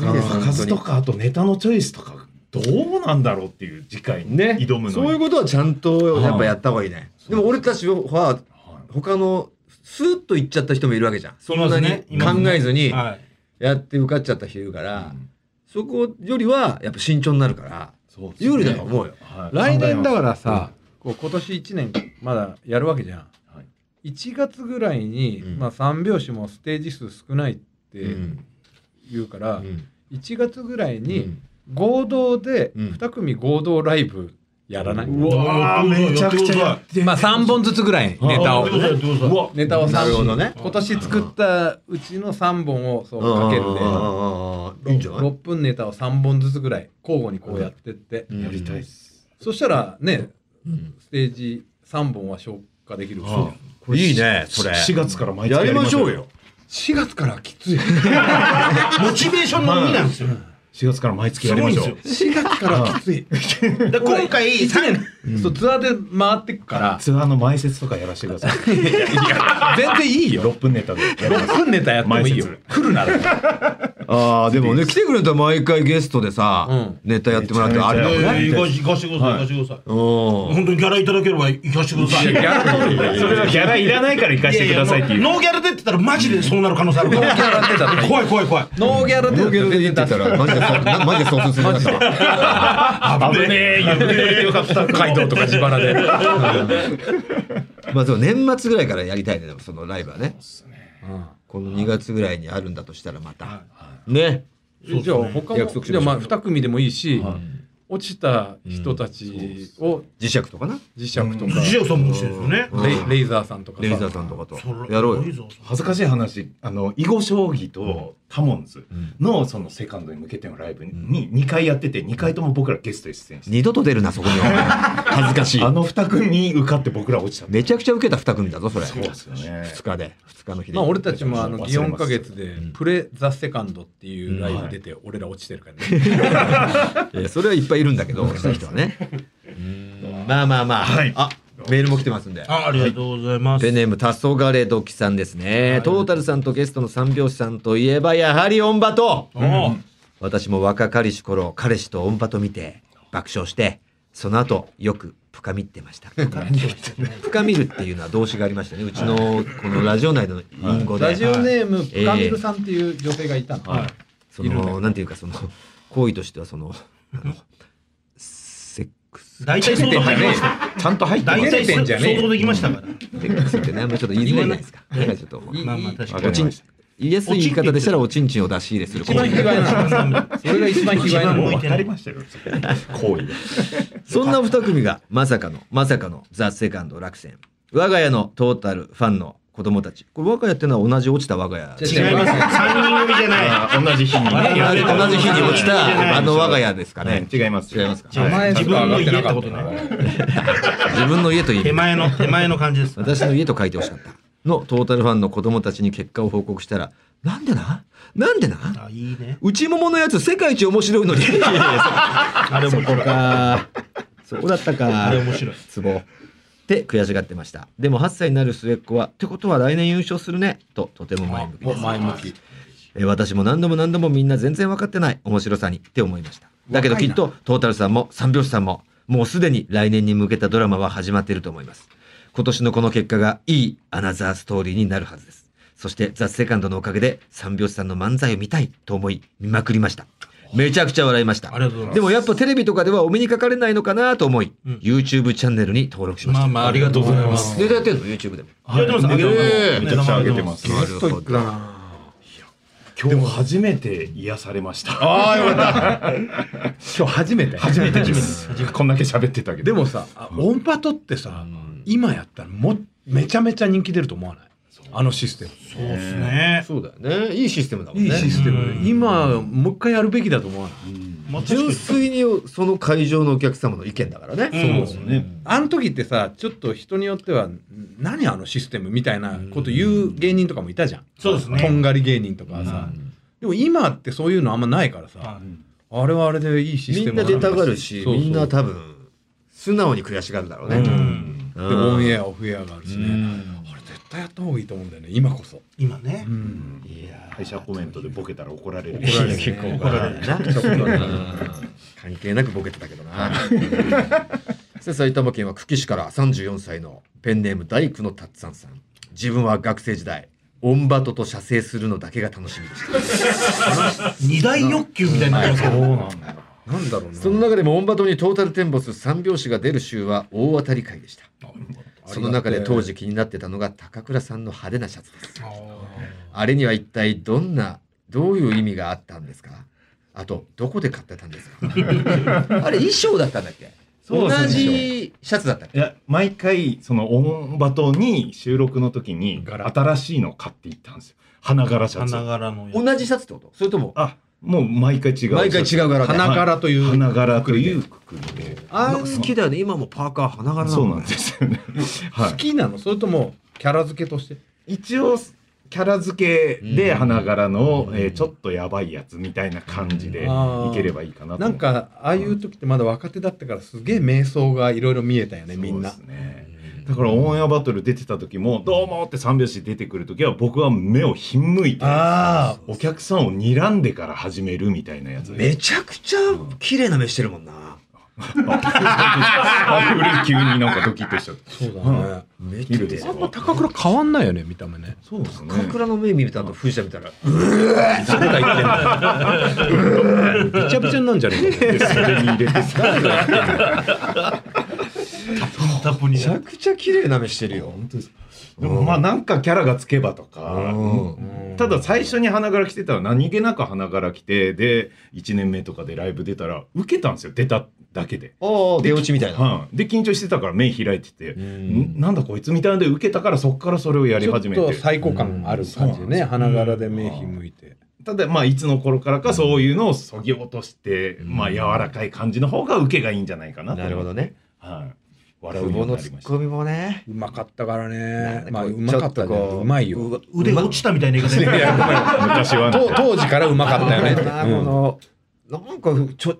爆発とかあとネタのチョイスとかどうなんだろうっていう次回に
ね
挑むのに。
そういうことはちゃんとやっぱやった方がいいねでも俺たちは他のスーッと行っちゃった人もいるわけじゃんそんなに
いますねいます
考
ね
えずに
はい
やって受かっちゃった人いるからそこよりはやっぱ慎重になるから
そうですね
有利だと思うよ
は
来
い
年だからさ、こう今年1年まだやるわけじゃん、
は
1月ぐらいに、
うん
まあ、3拍子もステージ数少ないって
うん
言うから、
うん
1月ぐらい
うん
に合同で
うん
2組合同ライブやらない、
わーめちゃくちゃやっ
まあ3本ずつぐらいネタを
うわ
ネタを
なるほど
3
ね
今年作ったうちの3本をそうかけるで
ああああいいんじゃない
6分ネタを3本ずつぐらい交互にこうやってって、
やりたい
そしたらねステージ3本は消化できるし、
いいねそれ
4月から毎月
やりましょう
よ
よ
4月からきつい
モチベーションのみなんですよ。
4月から毎月やりましょう。
4月からきつい。
だから今回、3
そうツアーで回ってくから、
ツアーの前説とかやらせてください。
全然いいよ。
6分ネタでやります。
6分ネタやってもいいよ
前。
来る なら。
ああでもね来てくれたら毎回ゲストでさ、
うん
ネタやってもらってあれだもん
いや
ね。
いや行か行かしてください、行かしてください。
うん
本当にギャラいただければ行かしてください。
ギャラ通りだよ
それはギャラいらないから行かしてくださいっていう。
ノーギャラでって言ったらマジでそうなる可能性あるから。
ギャラ出たらいい
怖い怖い怖い。
ノーギャラで
ノーギャルで言ってたらマジでそうなマジでそうするなった
危ねえ、言ってくれてよかった。
北海道とか自腹で。
まあでも年末ぐらいからやりたいねでもそのライブはね。この2月ぐらいにあるんだとしたらまた。ね。
じゃあ他
約束
も、
しましょう
じゃあまあ2組でもいいし、落ちた人たちを
磁石とかな。
磁石とか、
ジオさんもしてるんですよね。
ん
レイレイザーさんとか
レイザー
さ、
さんとかと
それ
やろう
いい
よ。
ぞ
恥ずかしい話、あの、囲碁将棋とタモンズのそのセカンドに向けてのライブに2回やってて、2回とも僕らゲストで出演して、
二度と出るなそこにお前恥ずかしい
あ。の2組に受かって僕ら落ちたんで
めちゃくちゃ受けた2組だぞそれ。
そうですよね
2日で2日の日で。
まあ俺たちもあの
忘れます
祇園か月でプレザセカンドっていうライブ出て俺ら落ちてるからね。
えーそれはいっぱいいるんだけど、そういう人はね。まあまあまあ、あ、メールも来てますんで。
あありがとうございます。
ペンネーム、黄昏時さんですね。トータルさんとゲストの三拍子さんといえば、やはりオンバト、私も若かりし頃、彼氏とオンバト見て、爆笑して、その後、よく深みってました。深みるっていうのは動詞がありましたね。うちの、このラジオ内の隠語で。
ラジオネーム
い
プカミルさんっていう女性がいたの。
その、なんていうか、その、行為としては、その、あの、セックス。
大体そうだね。
ちゃんと入っ
大体
てんじゃねえ
想像できましたから。
ってってね、あんまりちょっと言いづらいじゃないですか。だからちょっと、
まあまあ確か
おちん
わかりまし、
言いやすい言い方でしたら、おちんちんを出し入れする。
一番卑猥なの。それが一番卑猥な
もう
の。
分かりましたよ。行為で。
そんな二組が、まさかの、まさかの、ザ・セカンド落選。我が家のトータルファンの子供たち。これ、我が家ってのは同じ落ちた我が家。
違う
に。違いますね。3人組じゃない。
あ同じ日にね
同じ
やってた
同じ日に落ちた、あの我が家ですか
ね
ね。
違います。
違いますか
は
名前
自
しか上
分
が
の
って
家っ
な
て
か
こ
った
と
な。
ね。
自分の家と言
手
えば
前の手前の感じです。
私の家と書いてほしかった。のトータルファンの子供たちに結果を報告したら、なんでななんでな
あいいね。
内もものやつ世界一面白いのに。あれもこか。そこだったか。
あれ面白い。
ツボ。って悔しがってました。でも8歳になる末っ子は、ってことは来年優勝するね、ととても前向きです。
前向き。
えー私も何度も何度もみんな全然分かってない面白さにって思いました。だけどきっとトータルさんも三拍子さんももうすでに来年に向けたドラマは始まっていると思います。今年のこの結果がいいアナザーストーリーになるはずです。そしてザ・セカンドのおかげで三拍子さんの漫才を見たいと思い見まくりました。めちゃくちゃ笑いました。
ありがとうございます
でもやっぱテレビとかではお目にかかれないのかなと思い、
うん
YouTube チャンネルに登録しました。
まあまあありがとうございます。
ネタやってんの ?YouTube でも。
やってます。
めちゃ
ええ
くちゃ上げてます。
なる
ス
ほ
トイ
ど
ックだな。
今日初めて癒されました。ああ、よかった。
今日初めて。
初めてです。こんだけ喋ってたけど。
でもさ、あオンパトってさ、今やったらもめちゃめちゃ人気出ると思わないあのシステム。
そうですね。
そうだよね。いいシステムだも
いいシステム
う
で。今、もう一回やるべきだと思わない
まあ確か
純
に
粋にその会場のお客様の意見だからね。
うん
そうですね。
あの時ってさちょっと人によってはん何あのシステムみたいなこと言う芸人とかもいたじゃん、
そうですね
とんがり芸人とかさ、でも今ってそういうのあんまないからさ、あれはあれでいいシス
み
テ
ん
ム
な出たがるし、
そうそう
みんな多分、素直に悔しがるだろうね。
うん
う
で
ん
オンエアオフエアがあるしね、あれ絶対やった方がいいと思うんだよね今こそ、
今ね。
いや
会社コメントでボケたら怒られる。
怒られる ね
結構怒られる。
ーなんとかな関係なくボケてたけど な。さあ埼玉県は久喜市から34歳のペンネーム大工のたっつぁんさん。自分は学生時代、オンバトと射精するのだけが楽しみでした。
二大欲求みたいになってますけど。
なんだろうな
その中でもオンバトにトータルテンボス3拍子が出る週は大当たり会でした。その中で当時気になってたのが高倉さんの派手なシャツです。あれには一体どんな、どういう意味があったんですかあと、どこで買ってたんですか あれ衣装だったんだっけ
そうですね
同じシャツだったっ
いや毎回そのオンバトに収録の時に新しいのを買っていったんですよ花柄シャツ
花柄のやつ
け同じシャツってことそれとも、
あもう毎回違う
毎回違う柄で。
花柄という、
花柄というくくりで
あー好きだよね。今もパーカー花柄なの
そうなんですよね、は
好きなのそれともキャラ付けとして
い、一応キャラ付けで花柄の、えーちょっとやばいやつみたいな感じでいければいいかなと
なんかああいう時ってまだ若手だったからすげえ瞑想がいろいろ見えたよねみんな
そうですねだからオンエアバトル出てた時も「どうも」って三拍子出てくる時は僕は目をひんむいて
あ
お客さんを睨んでから始めるみたいな やつ
めちゃくちゃ綺麗な目してるもんな。
あ俺急になんかドキッとしちゃった
そうだね
めっちゃ綺麗。
あんま高倉変わんないよね見た目ね
そうですね
高倉の目見るとあと富士山見たら、
誰が言ってんだよびちゃびちゃになんじゃねえか
でそれに入れてさ
タップに
めちゃくちゃ綺麗な目してるよ。
でもまあなんかキャラがつけばとか、ただ最初に花柄着てたら何気なく花柄着てで1年目とかでライブ出たら受けたんですよ出ただけで。
ああ、出落ちみたいな。
はいで緊張してたから目開いてて、んなんだこいつみたいなので受けたからそっからそれをや
ち
り
ょっ
始めて
と最高感ある感じでね花柄で目ひんむいて
ただまあいつの頃からかそういうのをそぎ落として、まあ柔らかい感じの方が受けがいいんじゃないかなと
なるほどね。
はい、笑う
久
よ
保
う
の
になり
ツ
ま
ッ
した
コミもね。
うまかったからねまあ
なん
う
こ
まかった
ちょとこ
ねうまいよ。
う
腕落ちたみたいな言い方
い
で
やごめん
昔は
と当時からうまかったよねって
あーこの、なんかちょ、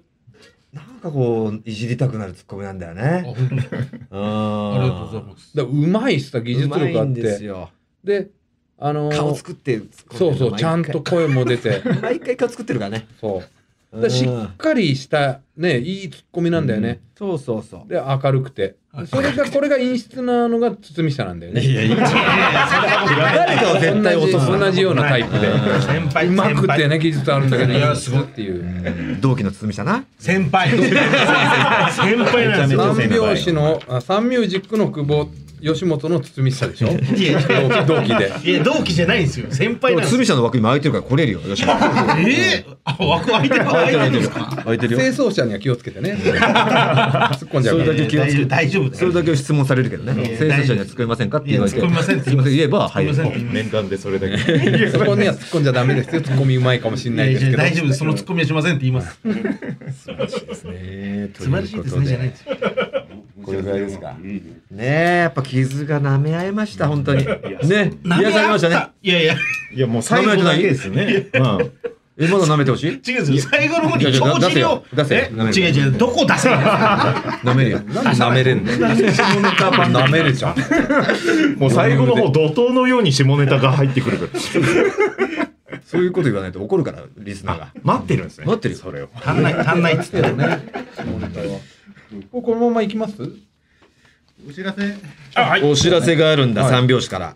なんかこう、いじりたくなるツッコミなんだよね。あ
ありがとうござい
す。
ます。
だからうまいしさ技術力あ
うまい
っ
んです
て
よ。
であのー
顔作って突っ込んでる
そうそうちゃんと。声も出て
毎回毎回顔作ってるからね。
そうだからしっかりしたねいいツッコミなんだよね
そうそうそう。
で明るくてそれがこれが陰湿なのが堤下なんだよね
や、いいじゃん。誰かを絶対落とすな。
同じようなタイプで
先輩
うまくてね技術あるんだけど
いやすごい
っていう
同期の堤下な。
先輩先輩なんですよ
三拍子のあ三ミュージックの久保吉本の堤下でしょ
いや
同期で
いや同期じゃないんですよ先輩な
でも
んですよ
堤下の枠今空いてるから来れるよ。よし。
えーあ枠空いてる空いてるんですか
空いてるよ。
清掃者には気をつけてね突っ込んじゃう
それだ
から
け気をつけて
大丈夫大丈夫
それだけ質問されるけどね。
や
生産者には作れませんかって言われて。
いや突っ込みませんって
すみません言えば入れる
突っ込みません。
面談でそれだけ
そこには突っ込んじゃダメですよ突っ込みうまいかもしれ
い
な
や
い
い
ですけ
や
ど
大丈夫ですそのツッコミはしませんって言います素晴ら
ね
しいですねじゃないんですよ
これぐらいですか。ねえ、やっぱ傷が舐め合えました、本当に。ね、癒されましたね。
いやいや
いやもう最後だけですね、うん
え、まだ舐めてほしい
違うんですよ最後の方
いや
に
いや
帳尻を
出せよ
え
出せよ
違う違うどこ出せよ
舐めるよ。
舐めれんだよ舐めるじゃん
もう最後の方怒涛のように下ネタが入ってくるから
そういうこと言わないと怒るから、リスナーが。
待ってるんですね
待ってるよ
それを
足んない足んないっつって
このまま行きます
お知らせ
お知らせがあるんだ、三拍子から。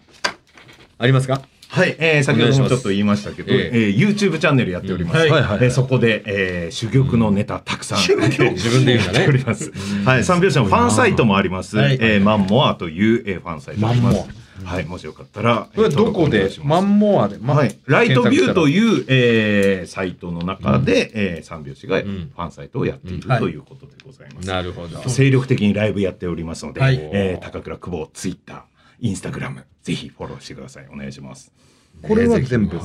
ありますか
はい、えー先ほどもちょっと言いましたけど、
お
え
願いします
ー YouTube チャンネルやっております。
うんはい
えーそこで、えー、珠玉のネタたくさん上げて
自分で言うんだ
お
ね。
ります。はい、三拍子のファンサイトもあります。
はい
えーマンモアという、えーファンサイトあります。はい、もしよかったら、え
これ
ー
どこ
登録お願
で
いし
マ
ます
ンモアで、ま
はい、ライトビューと
検索し
いう、えーサイトの中で、えー三拍子がファンサイトをやっているということでございます。
なるほど。
精力的にライブやっておりますので、
はい
えー高倉久保ツイッター、インスタグラム、ぜひフォローしてください。お願いします。
たらこれは全部ブ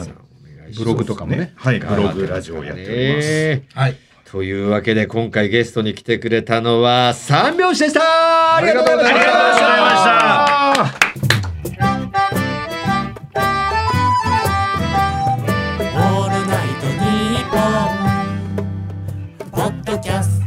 ログとかもね
はい、ブログ、ラジオをやっております。
はい
というわけで今回ゲストに来てくれたのは三拍子でしたありがとうございました
ありがとうございました。
オールナイトニッポン」ポッドキャスト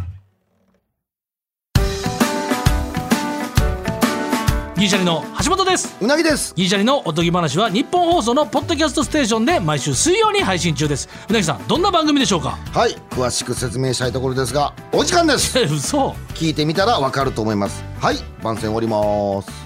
ギリシャリの橋本ですうなぎですギリシャリのおとぎ話は日本放送のポッドキャストステーションで毎週水曜に配信中ですうなぎさんどんな番組でしょうか
はい詳しく説明したいところですがお時間です
え嘘
聞いてみたらわかると思いますはい番宣終わります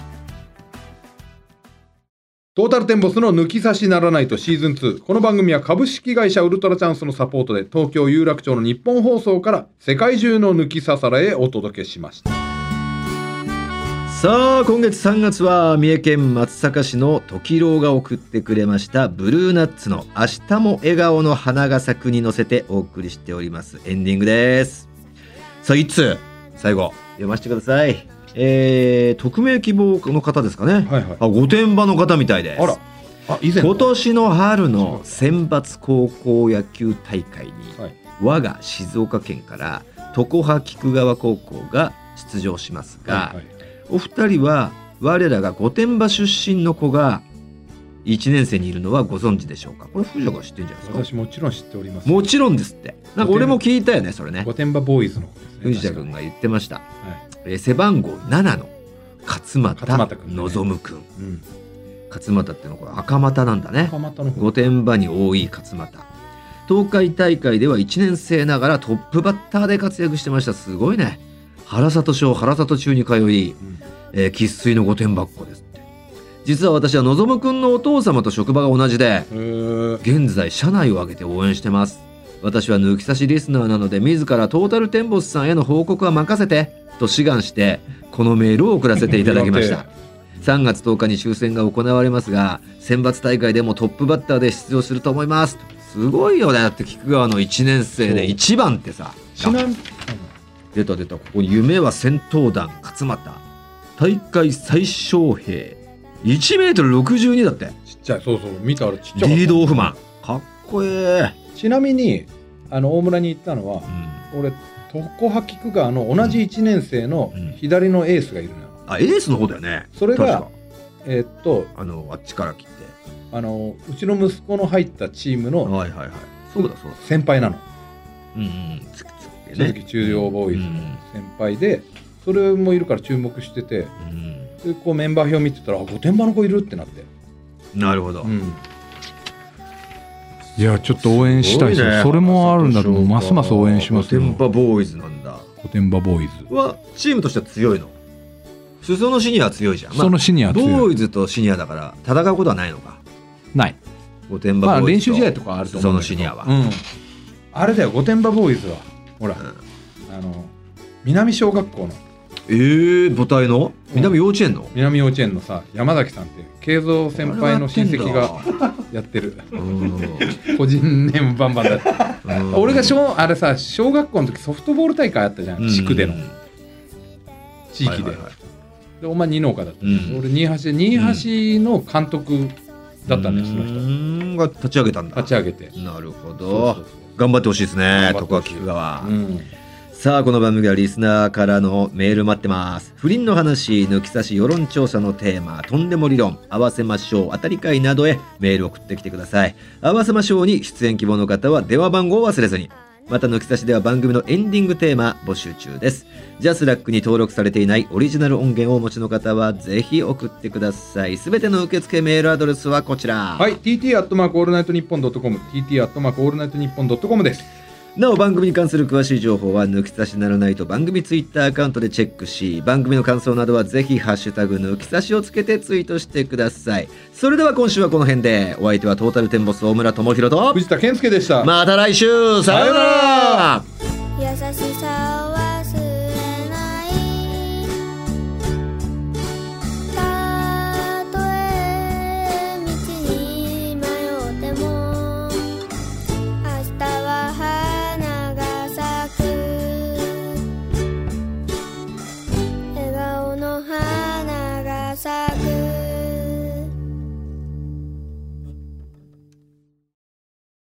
トータルテンボスの抜き差しならないとシーズン2。この番組は株式会社ウルトラチャンスのサポートで東京有楽町の日本放送から世界中の抜き差されへお届けしました。
さあ今月3月は三重県松阪市の時郎が送ってくれましたブルーナッツの「明日も笑顔の花が咲く」に乗せてお送りしておりますエンディングですさあ一通最後読ませてくださいえー、匿名希望の方ですかね、
はいはい
あ御殿場の方みたいです
あらあ、以前
今年の春の選抜高校野球大会に
はい
我が静岡県から常葉菊川高校が出場しますが、
はい
お二人は我らが御殿場出身の子が
1年生にいるのはご存知でしょうかこれ藤岡知ってんじゃないです
私もちろん知っております
もちろんですってなんか俺も聞いたよねそれね
御殿場ボーイズのことですね
藤田君が言ってました、はえ背番号7の勝俣望君、うん勝俣ってのはこれ赤俣なんだね御殿場に多い勝俣東海大会では1年生ながらトップバッターで活躍してましたすごいね原里小原里中に通い生粋、うんえー、の御殿場っ子ですって実は私は望くんのお父様と職場が同じで現在社内を挙げて応援してます私は抜き差しリスナーなので自らトータルテンボスさんへの報告は任せてと志願してこのメールを送らせていただきました3月10日に抽選が行われますが選抜大会でもトップバッターで出場すると思いますすごいよねだって菊川の1年生で1番ってさ出た出たここ夢は戦闘団勝俣大会最小兵1メートル62だって
ちっちゃいそうそう見たあれちっち
ゃいリードオフマンかっこえ
えちなみにあの大村に行ったのは、うん、俺常葉菊川の同じ1年生の左のエースがいるのよ、
あエースの方だよね
それがえっと
あのあっちから来て
あのうちの息子の入ったチームの
はいはいはいそうだそうだ
先輩なの
うんうん
鈴木中央ボーイズの先輩で、それもいるから注目してて、でこうメンバー表見てたらあ御殿場の子いるってなって
なるほど、
いやちょっと応援したいし、それもあるんだとますます応援します
よ御殿場ボーイズなんだ
御殿場ボーイズ
はチームとしては強いの裾野シニアは強いじゃん。
裾野シニア
ボーイズとシニアだから戦うことはないのか。
ない。
御殿場ボーイズ。まあ
練習試合とかあると思
う。裾野シニアは。
あれだよ、御殿場ボーイズは。ほら、あの、南小学校の。
ええ母体の南幼稚園の、
南幼稚園のさ、山崎さんって、慶三先輩の親戚がやってる。個人ネームバンバン だ俺が小、あれさ、小学校の時ソフトボール大会あったじゃん、地区での。地域で。でお前二農家だった、うん、俺新橋新橋の監督だったんです、その人
が立ち上げたんだ
立ち上げて
なるほど頑張ってほしいですね徳川菊川、さあこの番組はリスナーからのメール待ってます不倫の話抜き差し世論調査のテーマとんでも理論合わせましょう当たり会などへメール送ってきてください合わせましょうに出演希望の方は電話番号を忘れずにまた抜き差しでは番組のエンディングテーマ募集中ですジャスラックに登録されていないオリジナル音源をお持ちの方はぜひ送ってくださいすべての受付メールアドレスはこちら
はい TT アットマークオールナイトニッポンドットコム TT アットマークオールナイトニッポンドットコムです
なお番組に関する詳しい情報は抜き差しならないと番組ツイッターアカウントでチェックし番組の感想などはぜひハッシュタグ抜き差しをつけてツイートしてくださいそれでは今週はこの辺でお相手はトータルテンボス大村智広と
藤田健介でした
また来週さようなら
優しさを忘れないたとえ道に迷っても明日は花が咲く笑顔の花が咲く